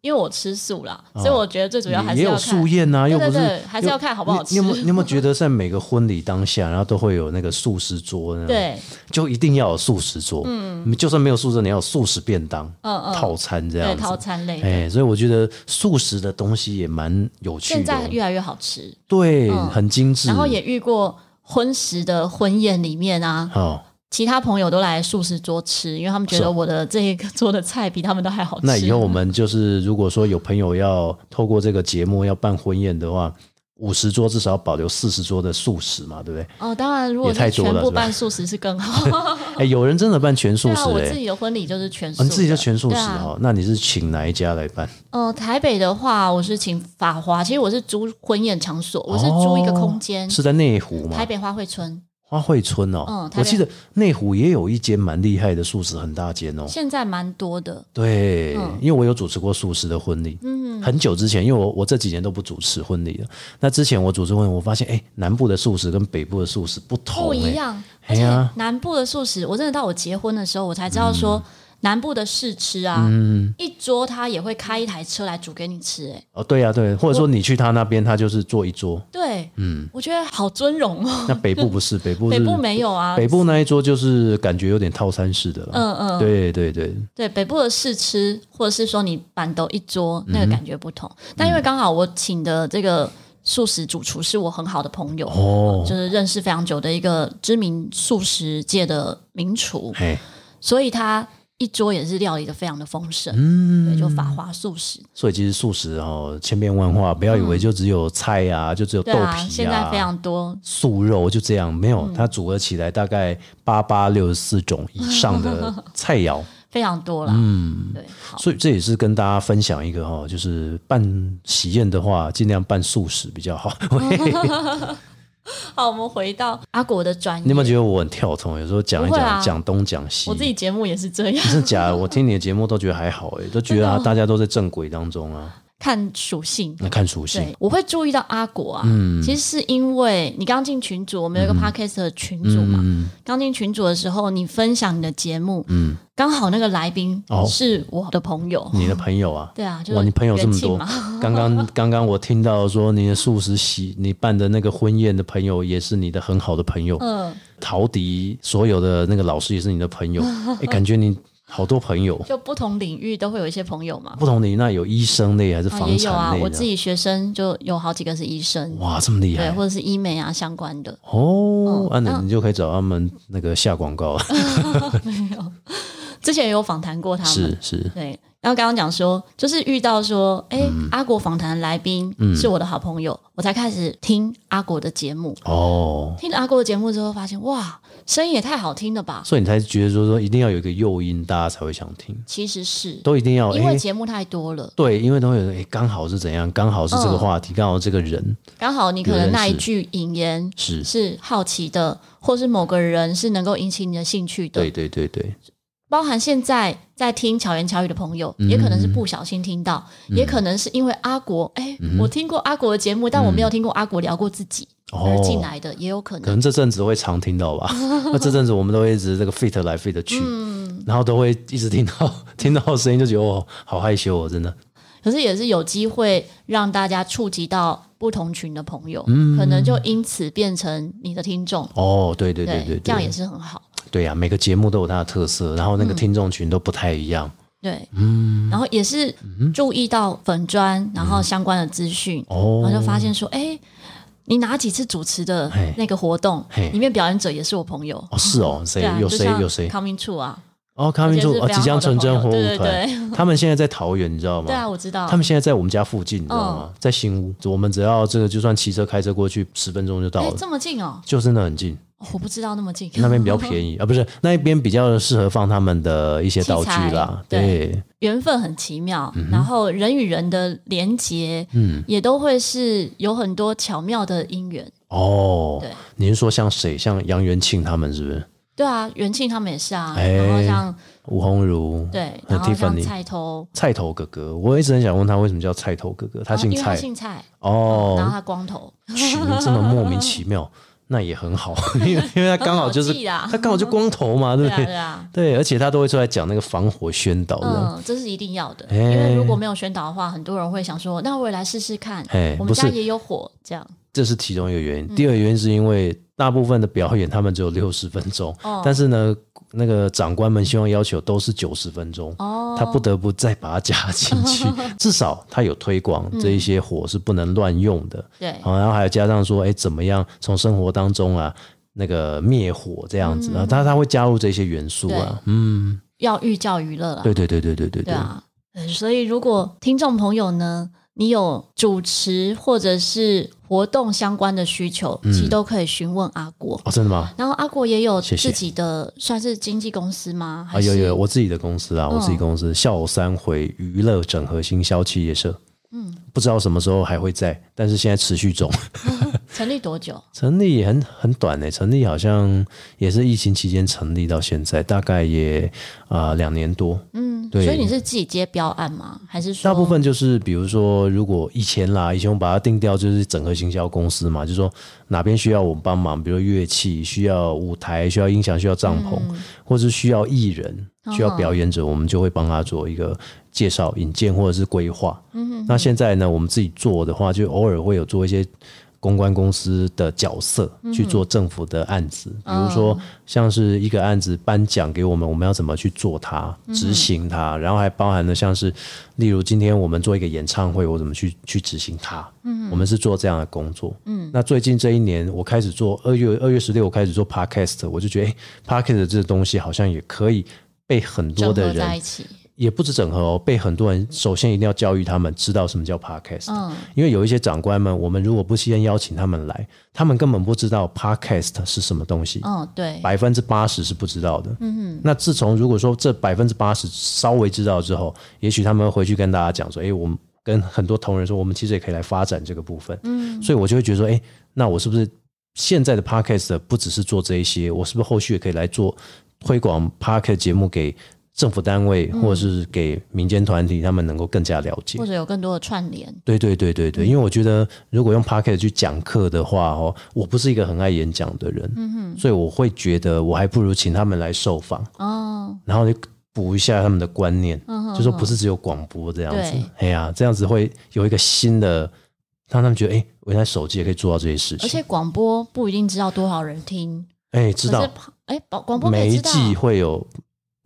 Speaker 1: 因为我吃素啦，所以我觉得最主要还
Speaker 2: 哦也
Speaker 1: 是要
Speaker 2: 有
Speaker 1: 看
Speaker 2: 素。宴啊，又
Speaker 1: 对
Speaker 2: 不
Speaker 1: 对
Speaker 2: 是
Speaker 1: 对，还是要看好不好
Speaker 2: 你
Speaker 1: 吃
Speaker 2: 你。有没有你有没有觉得在每个婚礼当下，然后都会有那个素食桌呢？，
Speaker 1: 对，
Speaker 2: 就一定要有素食桌，嗯，就算没有素食，你要有素食便当，嗯嗯，套餐这
Speaker 1: 对
Speaker 2: 样
Speaker 1: 套
Speaker 2: 子。
Speaker 1: 餐类的，
Speaker 2: 哎，所以我觉得素食的东西也蛮有趣
Speaker 1: 现在
Speaker 2: 的，
Speaker 1: 越来嗯越好吃。
Speaker 2: 对，很精致。
Speaker 1: 然后也遇过婚食的婚宴里面啊，
Speaker 2: 哦，
Speaker 1: 其他朋友都来素食桌吃，因为他们觉
Speaker 2: 是
Speaker 1: 得
Speaker 2: 哦
Speaker 1: 我的这一个桌的菜比他们都还好吃。
Speaker 2: 那以后我们就是，如果说有朋友要透过这个节目要办婚宴的话，五十桌至少要保留四十桌的素食嘛，对不 对？
Speaker 1: 哦，当然如果
Speaker 2: 也太
Speaker 1: 是
Speaker 2: 多
Speaker 1: 全
Speaker 2: 了
Speaker 1: 部
Speaker 2: 是吧
Speaker 1: 办素食是更 好。
Speaker 2: 哎，有人真的办全素
Speaker 1: 对
Speaker 2: 食
Speaker 1: 啊，我
Speaker 2: 哎、
Speaker 1: 自己的婚礼就是全素的，
Speaker 2: 哦你自己就全素食
Speaker 1: 对啊
Speaker 2: 哦，那你是请哪一家来办？
Speaker 1: 呃，台北的话，我是请法华，其实我是租婚宴场所，我是租一个空间，
Speaker 2: 哦是在内湖吗
Speaker 1: 台？北花卉村，
Speaker 2: 花卉村哦，
Speaker 1: 嗯台北
Speaker 2: 我记得内湖也有一间蛮厉害的素食，很大间哦。
Speaker 1: 现在蛮多的。
Speaker 2: 对，
Speaker 1: 嗯
Speaker 2: 因为我有主持过素食的婚礼，
Speaker 1: 嗯，
Speaker 2: 很久之前，因为我我这几年都不主持婚礼了。那之前我主持婚礼，我发现哎，南部的素食跟北部的素食不同，
Speaker 1: 不
Speaker 2: 哎
Speaker 1: 一样。
Speaker 2: 哎
Speaker 1: 而且
Speaker 2: 呀嗯
Speaker 1: 南部的素食，我真的到我结婚的时候，我才知道说。南部的试吃啊，一桌他也会开一台车来煮给你吃、哎，
Speaker 2: 哦，对呀、对，或者说你去他那边，他就是坐 一桌。
Speaker 1: 对，嗯，我觉得好尊荣哦。
Speaker 2: 那北部不是，北部
Speaker 1: 北
Speaker 2: 是哎
Speaker 1: 部没有啊，
Speaker 2: 北部那一桌就是感觉有点套餐式的了。
Speaker 1: 嗯嗯，
Speaker 2: 对对对，
Speaker 1: 对，北部的试吃，或者是说你板豆一桌，那
Speaker 2: 嗯
Speaker 1: 个感觉不同。但因为刚好我请的这个素食主厨是我很好的朋友，
Speaker 2: 哦，
Speaker 1: 就是认识非常久的一个知名素食界的名厨，
Speaker 2: 哎，
Speaker 1: 所以他一桌也是料理的非常的丰盛，
Speaker 2: 嗯
Speaker 1: 对，就法华素食，
Speaker 2: 所以其实素食哦千变万化，不要以为就只有菜啊，就只有
Speaker 1: 嗯
Speaker 2: 豆
Speaker 1: 对
Speaker 2: 皮
Speaker 1: 啊，
Speaker 2: 啊，
Speaker 1: 现在非常嗯多，
Speaker 2: 素肉就这样，没有它组合起来大概八八六十四种以 上的菜肴。
Speaker 1: 非常多啦。嗯，对，好，
Speaker 2: 所以这也是跟大家分享一个哈、哦，就是办喜宴的话，尽量办素食比较好。
Speaker 1: 哦好，我们回到阿果的专
Speaker 2: 你有没有觉
Speaker 1: 业，
Speaker 2: 得我很跳通？有时候讲一
Speaker 1: 不会
Speaker 2: 讲，
Speaker 1: 啊
Speaker 2: 讲东讲西，
Speaker 1: 我自己节目也是这样，
Speaker 2: 真的假的？我听你的节目都觉得还好、欸，都觉得、
Speaker 1: 哦
Speaker 2: 啊、大家都在正轨当中啊。
Speaker 1: 看属性，
Speaker 2: 那看属性
Speaker 1: 对，我会注意到阿果啊，
Speaker 2: 嗯
Speaker 1: 其实是因为你刚进群组，我们有一个 podcast 的群组嘛，
Speaker 2: 嗯
Speaker 1: 刚进群组的时候，你分享你的节目，刚好那个来宾
Speaker 2: 哦
Speaker 1: 是我的朋友，
Speaker 2: 你的朋友啊，
Speaker 1: 对啊，就
Speaker 2: 哇，
Speaker 1: 是
Speaker 2: 你朋友这么
Speaker 1: 元庆
Speaker 2: 多
Speaker 1: 嘛，。
Speaker 2: 刚刚刚刚我听到说你的素食喜，你办的那个婚宴的朋友也是你的很好的朋友，
Speaker 1: 嗯，
Speaker 2: 陶笛所有的那个老师也是你的朋友，哎、感觉你好多朋友，
Speaker 1: 就不同领域都会有一些朋友嘛，
Speaker 2: 不同的那有医生类还是
Speaker 1: 啊
Speaker 2: 房
Speaker 1: 也有啊
Speaker 2: 产，类
Speaker 1: 我
Speaker 2: 的？
Speaker 1: 自己学生就有好几个是医生，
Speaker 2: 哇，这么厉
Speaker 1: 对，嗯
Speaker 2: 害
Speaker 1: 或者是医美啊相关的，
Speaker 2: 哦！啊，那
Speaker 1: 那
Speaker 2: 你就可以找他们那个下 广告，
Speaker 1: 之前也有访谈过他们，
Speaker 2: 是是，
Speaker 1: 对，然后刚刚讲说，就是遇到说，哎、
Speaker 2: 嗯
Speaker 1: 阿果访谈来宾是我的好朋友，我才开始听阿果的节目。
Speaker 2: 哦，
Speaker 1: 听了阿果的节目之后，发现哇，声音也太好听了吧！
Speaker 2: 所以你才觉得说说一定要有一个诱因，大家才会想听，
Speaker 1: 其实是
Speaker 2: 都一定要
Speaker 1: 因为
Speaker 2: 哦诶
Speaker 1: 节目太多了，
Speaker 2: 对，因为都会有人诶，刚好是怎样，刚好是这个
Speaker 1: 嗯
Speaker 2: 话题，刚好这个人
Speaker 1: 刚好你可
Speaker 2: 有人
Speaker 1: 能
Speaker 2: 是
Speaker 1: 那一句引言
Speaker 2: 是，
Speaker 1: 是好奇的，或是某个人是能够引起你的兴趣
Speaker 2: 对
Speaker 1: 的。
Speaker 2: 对对对，
Speaker 1: 包含现在在听巧言巧语的朋友，也可能是
Speaker 2: 嗯
Speaker 1: 不小心听到，也可能是因为阿国，哎、
Speaker 2: 嗯
Speaker 1: 我听过阿国的节目，但我没有听过阿国聊过自己。而进
Speaker 2: 哦，
Speaker 1: 来的也有可
Speaker 2: 可
Speaker 1: 能
Speaker 2: 能这阵子会常听到 吧，那这阵子我们都会一直这个 fit 来 fit 去，
Speaker 1: 嗯
Speaker 2: 然后都会一直听到听到声音就觉得哦，好害羞哦，真的，
Speaker 1: 可是也是有机会让大家触及到不同群的朋友，
Speaker 2: 嗯
Speaker 1: 可能就因此变成你的听众，
Speaker 2: 哦，对对对对，
Speaker 1: 这样也嗯是很好。
Speaker 2: 对呀、每个节目都有它的特色，然后那个听众群都不太一样。
Speaker 1: 对，
Speaker 2: 嗯
Speaker 1: 然后也是注意到粉砖，然后相关的资讯，
Speaker 2: 哦
Speaker 1: 然后就发现说，哎，你哪几次主持的
Speaker 2: 嘿
Speaker 1: 那个活动
Speaker 2: 嘿
Speaker 1: 里面表演者也是我朋友，
Speaker 2: 哦，是哦，谁
Speaker 1: 对啊，
Speaker 2: 有
Speaker 1: 就
Speaker 2: 谁
Speaker 1: 像
Speaker 2: 有谁？
Speaker 1: Coming True 啊，
Speaker 2: 哦，卡明
Speaker 1: 而且
Speaker 2: 柱
Speaker 1: 是
Speaker 2: 哦，
Speaker 1: 非常
Speaker 2: 即将成真
Speaker 1: 好的
Speaker 2: 火
Speaker 1: 朋友对
Speaker 2: 舞
Speaker 1: 对
Speaker 2: 团，他们现在在桃园，你知道吗？
Speaker 1: 对啊，我知道
Speaker 2: 他，们现在在我们家附近，你知道
Speaker 1: 嗯
Speaker 2: 吗？在新屋，我们只要这个就算骑车开车过去，十分钟就到
Speaker 1: 哎，
Speaker 2: 了，
Speaker 1: 这么近哦，
Speaker 2: 就真的很近。
Speaker 1: 哦我不知道那么近，
Speaker 2: 那边 比较便宜啊，不是那一边比较适合放他们的一些道具啦。
Speaker 1: 器材对
Speaker 2: 对，
Speaker 1: 缘分很奇妙，
Speaker 2: 嗯
Speaker 1: 然后人与人的连结，嗯，也都会是有很多巧妙的因缘。
Speaker 2: 哦
Speaker 1: 对，
Speaker 2: 你是说像谁？像杨元庆他们是不是？
Speaker 1: 对啊，元庆他们也是啊，
Speaker 2: 哎
Speaker 1: 然后像
Speaker 2: 吴鸿儒，
Speaker 1: 对，
Speaker 2: 呃
Speaker 1: 然后像
Speaker 2: Tiffany
Speaker 1: 菜头，
Speaker 2: 菜头哥哥，我一直很想问他为什么叫菜头哥哥，他
Speaker 1: 啊
Speaker 2: 姓
Speaker 1: 因为他
Speaker 2: 蔡
Speaker 1: 姓蔡，
Speaker 2: 哦，
Speaker 1: 然后他光头，
Speaker 2: 取名这么莫名其 妙，那也很好，因为因为他刚好就是
Speaker 1: 很好记啦
Speaker 2: 他刚好就光头嘛，
Speaker 1: 对
Speaker 2: 对不
Speaker 1: 啊
Speaker 2: 对？
Speaker 1: 对啊，
Speaker 2: 对，而且他都会出来讲那个防火宣导的。
Speaker 1: 嗯，这是一定要的，
Speaker 2: 哎
Speaker 1: 因为如果没有宣导的话，很多人会想说，那我也来试试看
Speaker 2: 哎，
Speaker 1: 我
Speaker 2: 不
Speaker 1: 们
Speaker 2: 是
Speaker 1: 家也嗯有火，这样
Speaker 2: 这是其中一个原因。第二个原因是因为大部分的表演他们只有六十分钟，
Speaker 1: 哦
Speaker 2: 但是呢，那个长官们希望要求都是九十分钟，
Speaker 1: 哦
Speaker 2: 他不得不再把它 加进去。至少他有推广这一些火是不能乱用的。
Speaker 1: 嗯对，
Speaker 2: 好，然后还有加上说，哎，怎么样从生活当中啊，那个灭火这样
Speaker 1: 嗯
Speaker 2: 子啊，但是它会加入这些元素啊，嗯，
Speaker 1: 要寓教于乐啦。
Speaker 2: 对对对对对对
Speaker 1: 对
Speaker 2: 对，
Speaker 1: 啊，呃所以如果听众朋友呢，你有主持或者是活动相关的需求，其实都可以询问阿国。
Speaker 2: 哦，真的吗？
Speaker 1: 然后阿国也有
Speaker 2: 嗯谢谢
Speaker 1: 自己的算是经纪公司吗？
Speaker 2: 啊，
Speaker 1: 还
Speaker 2: 有
Speaker 1: 是
Speaker 2: 有，我自己的公司啊，我自己
Speaker 1: 嗯
Speaker 2: 公司孝三回娱乐整合行销企业社，嗯，不知道什么时候还会在，但是现在持续中。
Speaker 1: 成立多久？
Speaker 2: 成立也很很短呢，成立好像也是疫情期间成立到现在，大概也啊两、年多。
Speaker 1: 嗯，
Speaker 2: 对
Speaker 1: 所以你是自己接标案吗？还是说
Speaker 2: 大部分就是比如说，如果以前啦，以前我们把它定掉就是整合行销公司嘛，就是说哪边需要我们帮忙，比如说乐器需要舞台，需要音响，需要帐篷，或是需要艺人，需要表演者，我们就会帮他做一个介绍、引荐或者是规划。那现在呢，我们自己做的话，就偶尔会有做一些公关公司的角色去做政府的案子，比如说像是一个案子颁奖给我们，我们要怎么去做它、执行它，然后还包含了像是例如今天我们做一个演唱会，我怎么去去执行它，我们是做这样的工作。嗯，那最近这一年我开始做二月二月十六我开始做 podcast，我就觉得、诶 podcast 这个东西好像也可以被很多
Speaker 1: 整
Speaker 2: 的
Speaker 1: 合
Speaker 2: 人
Speaker 1: 在一起？
Speaker 2: 也不止整合哦，被很多人首先一定要教育他们知道什么叫 podcast，、因为有一些长官们，我们如果不先邀请他们来，他们根本不知道 podcast 是什么东西，
Speaker 1: 嗯，对，
Speaker 2: 百分之八十是不知道的。嗯，那自从如果说这百分之八十稍微知道之后，也许他们回去跟大家讲说，诶，我们跟很多同仁说，我们其实也可以来发展这个部分。嗯，所以我就会觉得说，诶，那我是不是现在的 podcast 不只是做这一些，我是不是后续也可以来做推广 podcast 节目给政府单位或者是给民间团体，他们能够更加了解
Speaker 1: 或。者有更多的串联。
Speaker 2: 对对对对对，
Speaker 1: 嗯
Speaker 2: 因为我觉得如果用 p o c k e t 去讲课的话，哦，我不是一个很爱演讲的人，
Speaker 1: 嗯
Speaker 2: 所以我会觉得我还不如请他们来受访，
Speaker 1: 哦，嗯
Speaker 2: 然后就补一下他们的观念，就说不是只有广播这样子
Speaker 1: 对，
Speaker 2: 哎呀，这样子会有一个新的，让他们觉得，哎，原来手机也可以做到这些事
Speaker 1: 而且
Speaker 2: 情，
Speaker 1: 广播不一定知道多少人听，
Speaker 2: 哎，知
Speaker 1: 可
Speaker 2: 道
Speaker 1: 是旁哎，广广播可
Speaker 2: 每
Speaker 1: 以
Speaker 2: 一
Speaker 1: 知道，啊
Speaker 2: 季会有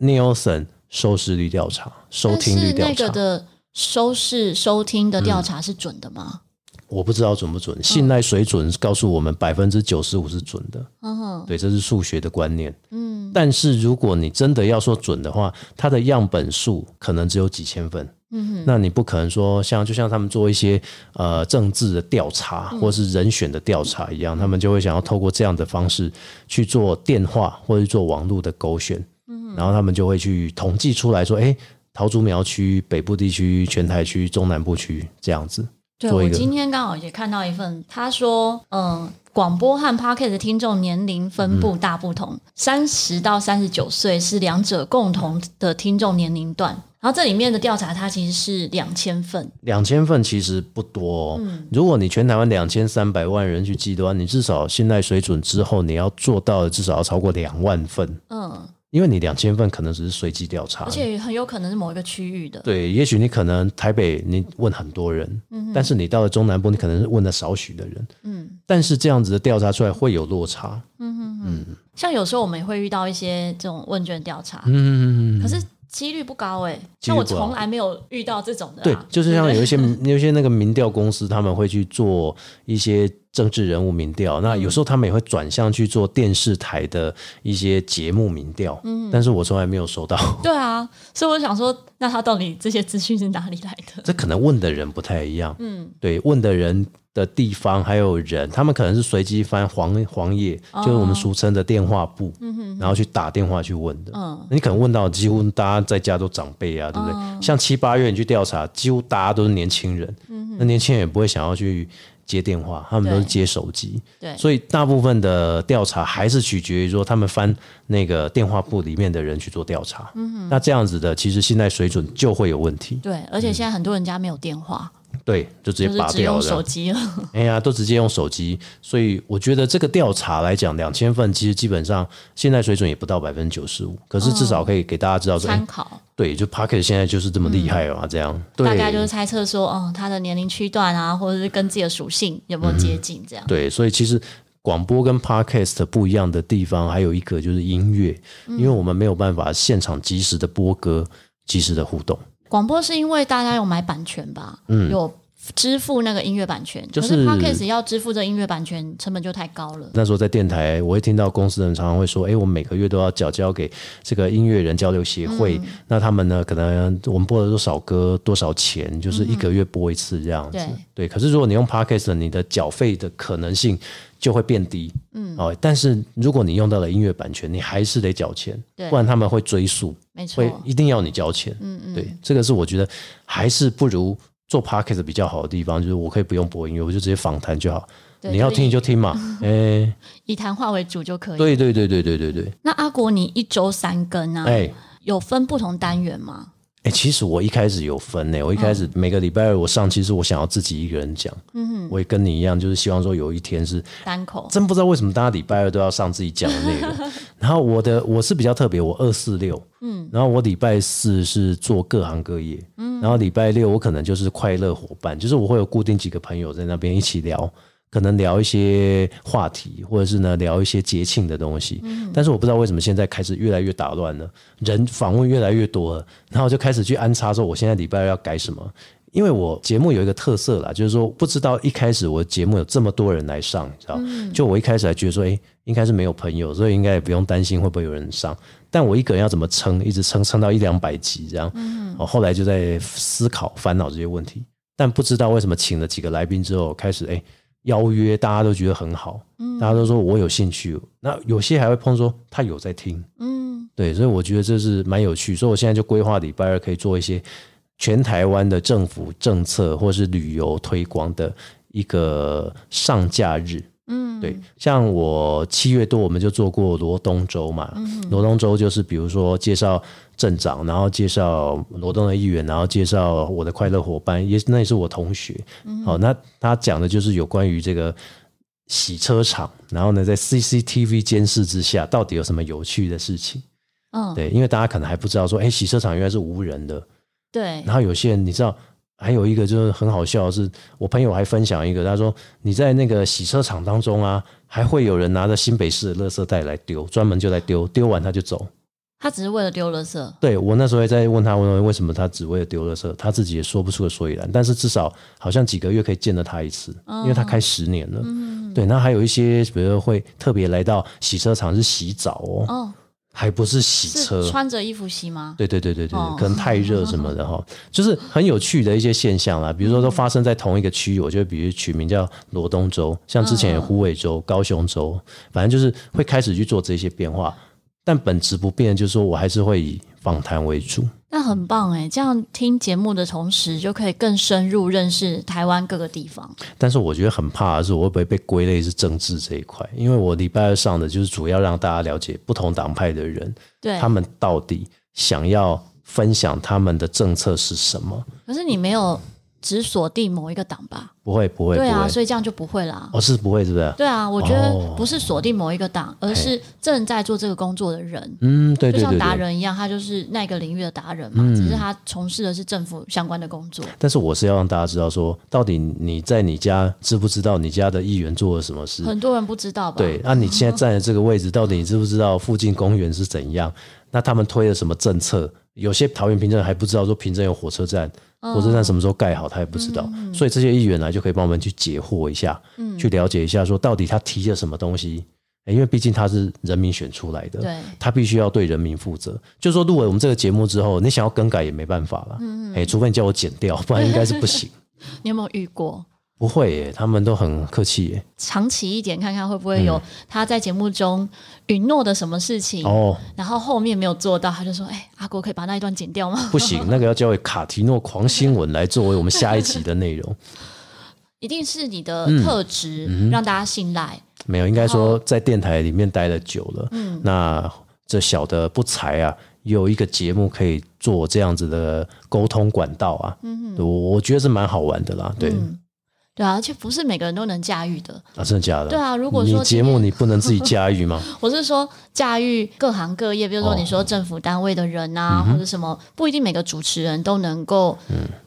Speaker 2: Nielsen 收视率调查、收听率调
Speaker 1: 但是那
Speaker 2: 查嗯
Speaker 1: 个，的收视收听的调查是准的吗？
Speaker 2: 我不知道准不准，信赖水准告诉我们百分之九十五是准的。
Speaker 1: 嗯哼，
Speaker 2: 对，这是数学的观念。
Speaker 1: 嗯
Speaker 2: 但是如果你真的要说准的话，它的样本数可能只有几千份。
Speaker 1: 嗯
Speaker 2: 那你不可能说像就像他们做一些呃政治的调查
Speaker 1: 嗯
Speaker 2: 或是人选的调查一样，他们就会想要透过这样的方式去做电话或者做网络的勾选，
Speaker 1: 嗯
Speaker 2: 然后他们就会去统计出来说，哎，桃竹苗区、北部地区、全台区、中南部区这样子。
Speaker 1: 对
Speaker 2: 做一
Speaker 1: 我
Speaker 2: 个
Speaker 1: 今天刚好也看到一份，他说，嗯，广播和 p o c k e t 听众年龄分
Speaker 2: 嗯
Speaker 1: 布大不同，三十、到三十九岁是两者共同的听众年龄段。然后这里面的调查，它其实是两千份，
Speaker 2: 两千份其实不多、哦，
Speaker 1: 嗯
Speaker 2: 如果你全台湾两千三百万人去计的话，你至少信赖水准之后，你要做到的至少要超过两万份，
Speaker 1: 嗯，
Speaker 2: 因为你两千份可能只是随机调查
Speaker 1: 而，且很有可能是某一个区域的，
Speaker 2: 对，也许你可能台北你问很多人，但是你到了中南部，你可能是问了少许的人，
Speaker 1: 嗯。
Speaker 2: 但是这样子的调查出来会有落差，
Speaker 1: 像有时候我们也会遇到一些这种问卷调查，
Speaker 2: 嗯，
Speaker 1: 可是几率不高哎、欸，
Speaker 2: 几
Speaker 1: 像
Speaker 2: 率
Speaker 1: 我
Speaker 2: 不高
Speaker 1: 从来没有遇到这种的、啊。
Speaker 2: 对，就是
Speaker 1: 不
Speaker 2: 像
Speaker 1: 对
Speaker 2: 有一些 有一些那个民调公司，他们会去做一些政治人物民调，那有时候他们也会转向去做电视台的一些节目民调，嗯，但是我从来没有收到，
Speaker 1: 对啊，所以我想说，那他到底这些资讯是哪里来的？
Speaker 2: 这可能问的人不太一样，
Speaker 1: 嗯，
Speaker 2: 对，问的人的地方还有人，他们可能是随机翻黄黄页，就是我们俗称的电话
Speaker 1: 哦
Speaker 2: 簿，然后去打电话去问的，
Speaker 1: 嗯哦
Speaker 2: 你可能问到几乎大家在家都长辈啊，对不对？像七八月你去调查，几乎大家都是年轻人，
Speaker 1: 嗯
Speaker 2: 那年轻人也不会想要去接电话，他们都是
Speaker 1: 对
Speaker 2: 接手机，
Speaker 1: 对，
Speaker 2: 所以大部分的调查还是取决于说他们翻那个电话簿里面的人去做调查。
Speaker 1: 嗯
Speaker 2: 那这样子的，其实现在水准就会有问题，
Speaker 1: 对，而且现在很多人家没有电话，
Speaker 2: 对，就直
Speaker 1: 就
Speaker 2: 接
Speaker 1: 是
Speaker 2: 拔
Speaker 1: 只
Speaker 2: 掉
Speaker 1: 用
Speaker 2: 了
Speaker 1: 手。机了。
Speaker 2: 哎呀，都直接用手机，所以我觉得这个调查来讲，两千份其实基本上现在水准也不到百分之九十五，可是至少可以给大家知道说，哎
Speaker 1: 哦参考
Speaker 2: 对，就 Pocket 现在就是这么厉害嘛，这样对，
Speaker 1: 大概就是猜测说，哦，他的年龄区段啊，或者是跟自己的属性有没有接近这样。
Speaker 2: 对，所以其实广播跟 Podcast 不一样的地方，还有一个就是音乐，
Speaker 1: 嗯
Speaker 2: 因为我们没有办法现场及时的播歌，及时的互动。
Speaker 1: 广播是因为大家有买版权吧，有支付那个音乐版权，
Speaker 2: 嗯就
Speaker 1: 可
Speaker 2: 是
Speaker 1: 是 podcast 要支付这音乐版权成本就太高了。
Speaker 2: 那时候在电台，我会听到公司人常常会说：“哎、我们每个月都要缴交给这个音乐人交流协会，
Speaker 1: 嗯
Speaker 2: 那他们呢，可能呃我们播了多少歌，多少
Speaker 1: 嗯
Speaker 2: 钱，就是一个月播一次这样子。对，可是如果你用 Podcast，你的缴费的可能性就会变低。嗯，哦，但是如果你用到了音乐版权，你还是得缴钱，
Speaker 1: 对
Speaker 2: 不然他们会追溯，
Speaker 1: 没错
Speaker 2: 会，一定要你交钱。
Speaker 1: 嗯嗯，
Speaker 2: 对，这个是我觉得还是不如做 Podcast 比较好的地方，就是我可以不用播音乐，我就直接访谈就好。
Speaker 1: 对
Speaker 2: 你要
Speaker 1: 就是
Speaker 2: 听就听嘛，哎、
Speaker 1: 以谈话为主就可以。
Speaker 2: 对对对对对对对，
Speaker 1: 那阿国，你一周三更啊？
Speaker 2: 哎、哎、
Speaker 1: 有分不同单元吗？
Speaker 2: 其实我一开始有分呢、我一开始每个礼拜二我上，其实我想要自己一个人讲，嗯，我也跟你一样，就是希望说有一天是
Speaker 1: 单口？
Speaker 2: 真不知道为什么大家礼拜二都要上自己讲的内 容。然后我的我是比较特别，我二四六，嗯，然后我礼拜四是做各行各业，嗯，然后礼拜六我可能就是快乐伙伴，就是我会有固定几个朋友在那边一起聊。可能聊一些话题，或者是呢聊一些节庆的东西，但是我不知道为什么现在开始越来越打乱了，人访问越来越多了，然后我就开始去安插说我现在礼拜二要改什么，因为我节目有一个特色啦，就是说不知道一开始我节目有这么多人来上，你知道？就我一开始还觉得说，诶，应该是没有朋友，所以应该也不用担心会不会有人上。但我一个人要怎么撑，一直撑撑到一两百集这样，我、后来就在思考烦恼这些问题。但不知道为什么请了几个来宾之后，开始诶邀约，大家都觉得很好，大家都说我有兴趣。那有些还会碰说他有在听，
Speaker 1: 嗯，
Speaker 2: 对，所以我觉得这是蛮有趣，所以我现在就规划礼拜二可以做一些全台湾的政府政策或是旅游推广的一个上架日。嗯，对，像我七月多我们就做过罗东州嘛，罗东州就是比如说介绍镇长，然后介绍罗东的议员，然后介绍我的快乐伙伴，也那也是我同学。好、那他讲的就是有关于这个洗车场，然后呢，在 CCTV 监视之下，到底有什么有趣的事情？
Speaker 1: 嗯，
Speaker 2: 对，因为大家可能还不知道说，哎，洗车场原来是无人的。
Speaker 1: 对，
Speaker 2: 然后有些人你知道，还有一个就是很好笑的是，我朋友还分享一个，他说你在那个洗车场当中啊，还会有人拿着新北市的垃圾袋来丢，专门就来丢，丢完他就走。
Speaker 1: 他只是为了丢垃圾。
Speaker 2: 对我那时候也在问他，问为什么他只为了丢垃圾，他自己也说不出个所以然。但是至少好像几个月可以见到他一次，因
Speaker 1: 哦
Speaker 2: 为他开十年了。
Speaker 1: 嗯
Speaker 2: 对，那还有一些，比如说会特别来到洗车场是洗澡哦，
Speaker 1: 哦，
Speaker 2: 还不是洗车，
Speaker 1: 是穿着衣服洗吗？
Speaker 2: 对对对对对，
Speaker 1: 哦
Speaker 2: 可能太热什么的哈，就是很有趣的一些现象啦。比如
Speaker 1: 嗯
Speaker 2: 说都发生在同一个区域，我就比如取名叫罗东州，像之
Speaker 1: 嗯
Speaker 2: 前有虎尾州、高雄州，反正就是会开始去做这些变化。但本质不变，就是说我还是会以访谈为主。
Speaker 1: 那很棒哎，这样听节目的同时，就可以更深入认识台湾各个地方。
Speaker 2: 但是我觉得很怕的是，我会不会被归类是政治这一块？因为我礼拜二上的就是主要让大家了解不同党派的人，
Speaker 1: 对
Speaker 2: 他，们到底想要分享他们的政策是什么。
Speaker 1: 可是你没有只锁定某一个党吧？
Speaker 2: 不会，不会，
Speaker 1: 对啊，
Speaker 2: 不会，
Speaker 1: 所以这样就不会啦。
Speaker 2: 哦，是不会，是不是？
Speaker 1: 对啊，我觉得
Speaker 2: 哦
Speaker 1: 不是锁定某一个党，而是正在做这个工作的人，
Speaker 2: 嗯，对
Speaker 1: 就
Speaker 2: 对对嗯
Speaker 1: 像达
Speaker 2: 对。
Speaker 1: 人一样，他就是那个领域的达人嘛，只是他从事的是政府相关的工作。
Speaker 2: 但是我是要让大家知道说，到底你在你家知不知道你家的议员做了什么事？
Speaker 1: 很多人不知道吧？
Speaker 2: 嗯对，那、你现在站的这个位置，到底你知不知道附近公园是怎样？那他们推了什么政策？有些桃园平镇还不知道说平镇有火车站，火车站什么时候盖好，他也不知道。所以这些议员来啊就可以帮我们去解惑一下，去了解一下说到底他提了什么东西。诶因为毕竟他是人民选出来的，
Speaker 1: 对
Speaker 2: 他必须要对人民负责。就是说，录了我们这个节目之后，你想要更改也没办法了，哎、除非你叫我剪掉，不然应该是不行。
Speaker 1: 你有没有遇过？
Speaker 2: 不会耶，他们都很客气耶。
Speaker 1: 长期一点，看看会不会有他在节目中允诺的什么事情，
Speaker 2: 嗯哦，
Speaker 1: 然后后面没有做到，他就说：“哎、阿国可以把那一段剪掉吗
Speaker 2: 不行，那个要交给卡提诺狂新闻来作为我们下一集的内容。？”
Speaker 1: 一定是你的特质、
Speaker 2: 嗯
Speaker 1: 让大家信赖，
Speaker 2: 没有，应该说在电台里面待了久了，
Speaker 1: 嗯
Speaker 2: 那这小的不才啊，有一个节目可以做这样子的沟通管道啊，
Speaker 1: 嗯
Speaker 2: 我我觉得是蛮好玩的啦。对、
Speaker 1: 对啊，而且不是每个人都能驾驭的。
Speaker 2: 啊，真的假的？
Speaker 1: 对啊，如果
Speaker 2: 你
Speaker 1: 说今
Speaker 2: 节
Speaker 1: 天
Speaker 2: 目你不能自己驾驭吗？
Speaker 1: 我是说驾驭各行各业，比如说
Speaker 2: 哦
Speaker 1: 你说政府单位的人
Speaker 2: 嗯
Speaker 1: 啊，或者什么，不一定每个主持人都能够，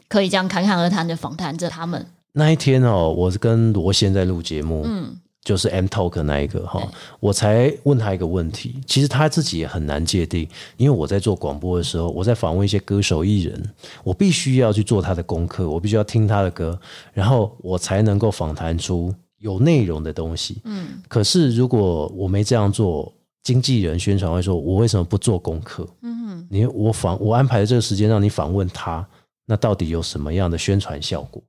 Speaker 1: 可以这样侃侃而谈的访谈着他们。
Speaker 2: 那一天哦，我是跟罗先在录节目，嗯，就是 M Talk 那一个哈
Speaker 1: 对，
Speaker 2: 我才问他一个问题，其实他自己也很难界定，因为我在做广播的时候，我在访问一些歌手艺人，我必须要去做他的功课，我必须要听他的歌，然后我才能够访谈出有内容的东西。嗯，可是如果我没这样做，经纪人宣传会说，我为什么不做功课？嗯，你我访我安排的这个时间让你访问他，那到底有什么样的宣传效果？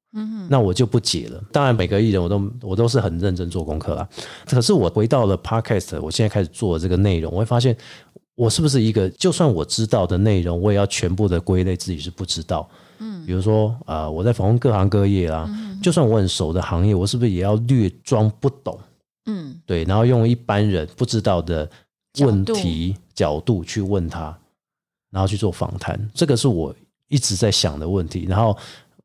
Speaker 2: 那我就不解了。当然，每个艺人我都我都是很认真做功课啦。可是我回到了 podcast，我现在开始做这个内容，我会发现我是不是一个，就算我知道的内容，我也要全部的归类自己是不知道。嗯，比如说啊、呃我在访问各行各业啦，就算我很熟的行业，我是不是也要略装不懂？
Speaker 1: 嗯，
Speaker 2: 对，然后用一般人不知道的问
Speaker 1: 角度
Speaker 2: 题角度去问他，然后去做访谈，这个是我一直在想的问题。然后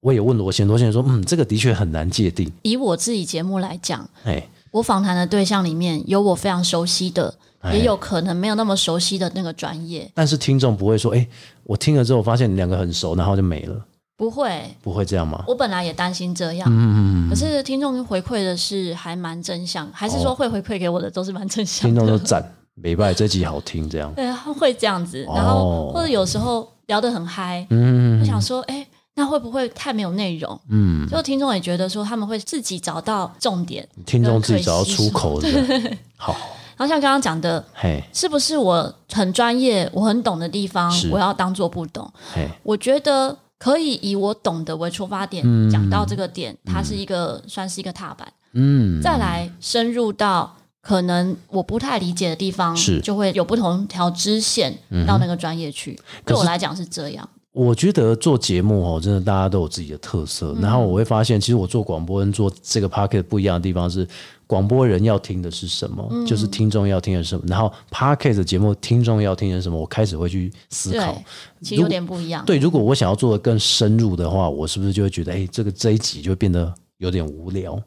Speaker 2: 我也问罗贤，罗贤说：“嗯，这个的确很难界定。
Speaker 1: 以我自己节目来讲，”
Speaker 2: 哎，
Speaker 1: 我访谈的对象里面有我非常熟悉的，
Speaker 2: 哎
Speaker 1: 也有可能没有那么熟悉的那个专业，
Speaker 2: 但是听众不会说：“哎，我听了之后发现你两个很熟，然后就没了。
Speaker 1: 不会”。
Speaker 2: 不会这样吗？
Speaker 1: 我本来也担心这样，
Speaker 2: 嗯，
Speaker 1: 可是听众回馈的是还蛮正向，还是说
Speaker 2: 哦
Speaker 1: 会回馈给我的都是蛮正向
Speaker 2: 听
Speaker 1: 的。
Speaker 2: 众都赞，没拜这集好听，这样。
Speaker 1: 对，他会这样子，
Speaker 2: 哦
Speaker 1: 然后或者有时候聊得很嗨，我
Speaker 2: 嗯
Speaker 1: 想说，哎、那会不会太没有内容？
Speaker 2: 嗯，
Speaker 1: 就听众也觉得说他们会自己找到重点，
Speaker 2: 听众自己找到出口的， 好，
Speaker 1: 然后像刚刚讲的，
Speaker 2: 嘿，
Speaker 1: 是不是我很专业、我很懂的地方
Speaker 2: 是，
Speaker 1: 我要当做不懂？
Speaker 2: 嘿，
Speaker 1: 我觉得可以以我懂的为出发点，讲到这个点，它是一个、算是一个踏板，
Speaker 2: 嗯，
Speaker 1: 再来深入到。可能我不太理解的地方，
Speaker 2: 是嗯
Speaker 1: 就会有不同条支线到那个专业去。对我来讲是这样，
Speaker 2: 我觉得做节目哦，真的大家都有自己的特色。然后我会发现，其实我做广播跟做这个 pocket 不一样的地方是，广播人要听的是什么，就是听众要听的是什么。然后 pocket 的节目听众要听的是什么，我开始会去思考
Speaker 1: 对。，其实有点不一样。
Speaker 2: 对，如果我想要做的更深入的话，我是不是就会觉得，哎，这个这一集就会变得有点无聊？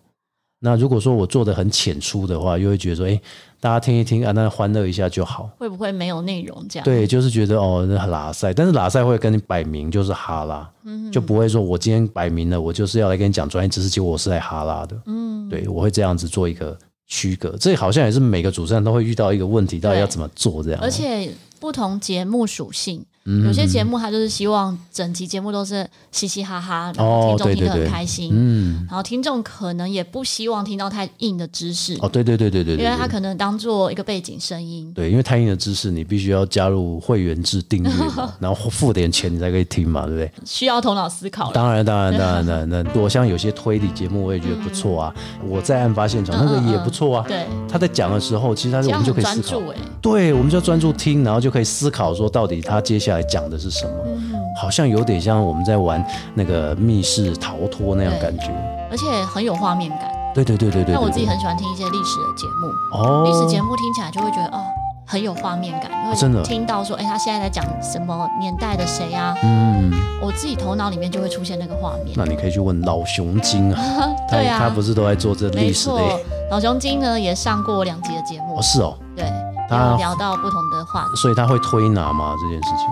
Speaker 2: 那如果说我做的很浅出的话，又会觉得说，哎，大家听一听啊，那欢乐一下就好。
Speaker 1: 会不会没有内容这样？
Speaker 2: 对，就是觉得哦，那拉塞，但是拉塞会跟你摆明就是哈拉，
Speaker 1: 嗯
Speaker 2: 就不会说我今天摆明了，我就是要来跟你讲专业知识，结果我是来哈拉的，嗯，对我会这样子做一个区隔，这好像也是每个主持人都会遇到一个问题，到底要怎么做这样，
Speaker 1: 而且不同节目属性，
Speaker 2: 嗯
Speaker 1: 有些节目它就是希望整集节目都是嘻嘻哈哈，然后
Speaker 2: 哦
Speaker 1: 听众
Speaker 2: 对
Speaker 1: 听得
Speaker 2: 对
Speaker 1: 很
Speaker 2: 对
Speaker 1: 开心，
Speaker 2: 嗯，
Speaker 1: 然后听众可能也不希望听到太硬的知识，
Speaker 2: 哦，对对对对对
Speaker 1: 因
Speaker 2: 对
Speaker 1: 为他
Speaker 2: 对，
Speaker 1: 可能当做一个背景声音。
Speaker 2: 对，因为太硬的知识你必须要加入会员制订阅 嘛，然后付点钱你才可以听嘛，对不对？
Speaker 1: 需要头脑思考了，
Speaker 2: 当然，当然，当然，当然当然，我像有些推理节目我也觉得不错啊，我在案发现
Speaker 1: 嗯
Speaker 2: 场那个也不错啊，
Speaker 1: 对，
Speaker 2: 他在讲的时候，其实他
Speaker 1: 这
Speaker 2: 我
Speaker 1: 样
Speaker 2: 们就
Speaker 1: 很
Speaker 2: 可以
Speaker 1: 专
Speaker 2: 思考
Speaker 1: 注，哎、
Speaker 2: 对，我们就专注听，然后就可以思考说到底他接下来讲的是什么，好像有点像我们在玩那个密室逃脱那样
Speaker 1: 对
Speaker 2: 感觉。
Speaker 1: 而且很有画面感。
Speaker 2: 对对对对对。
Speaker 1: 但嗯我
Speaker 2: 对
Speaker 1: 自己
Speaker 2: 对
Speaker 1: 很喜欢听一些历史的节目，
Speaker 2: 哦，
Speaker 1: 历史节目听起来就会觉得哦，很有画面感，因为
Speaker 2: 真的
Speaker 1: 听到说，哎、他现在在讲什么年代的谁啊？
Speaker 2: 嗯，
Speaker 1: 我自己头脑里面就会出现那个画面。
Speaker 2: 那你可以去问老熊精啊，他
Speaker 1: 对啊
Speaker 2: 他不是都在做这
Speaker 1: 没
Speaker 2: 历史欸
Speaker 1: 错
Speaker 2: 类？，
Speaker 1: 老熊精呢也上过两集的节目
Speaker 2: 哦，，是哦，
Speaker 1: 对，
Speaker 2: 他
Speaker 1: 有聊到不同的话题。
Speaker 2: 所以他会推拿吗？这件事情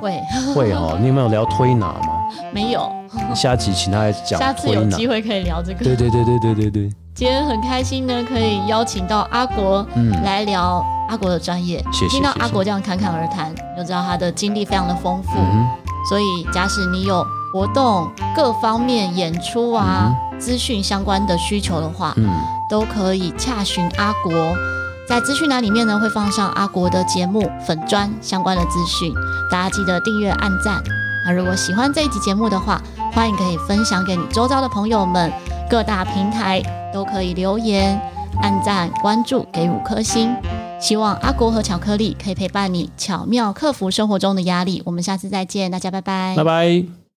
Speaker 1: 会
Speaker 2: 会哦，你有没有聊推拿吗？
Speaker 1: 没有？
Speaker 2: 下集请他来 讲啊
Speaker 1: 下次
Speaker 2: 推
Speaker 1: 有
Speaker 2: 拿。
Speaker 1: 机会可以聊这
Speaker 2: 对
Speaker 1: 个。
Speaker 2: 对对对对对对，
Speaker 1: 今天很开心呢，可以邀请到阿国来聊阿国的专业。
Speaker 2: 嗯谢谢
Speaker 1: 听到
Speaker 2: 谢谢
Speaker 1: 阿国这样侃侃而谈，你就知道他的经历非常的丰富。
Speaker 2: 嗯
Speaker 1: 所以，假使你有活动各方面演出啊、资讯相关的需求的话，
Speaker 2: 嗯，
Speaker 1: 都可以洽询阿国。在资讯栏里面呢，会放上阿国的节目粉砖相关的资讯，大家记得订阅、按赞。那如果喜欢这一集节目的话，欢迎可以分享给你周遭的朋友们，各大平台都可以留言、按赞、关注，给五颗星。希望阿国和巧克力可以陪伴你，巧妙克服生活中的压力。我们下次再见，大家拜拜
Speaker 2: 拜拜。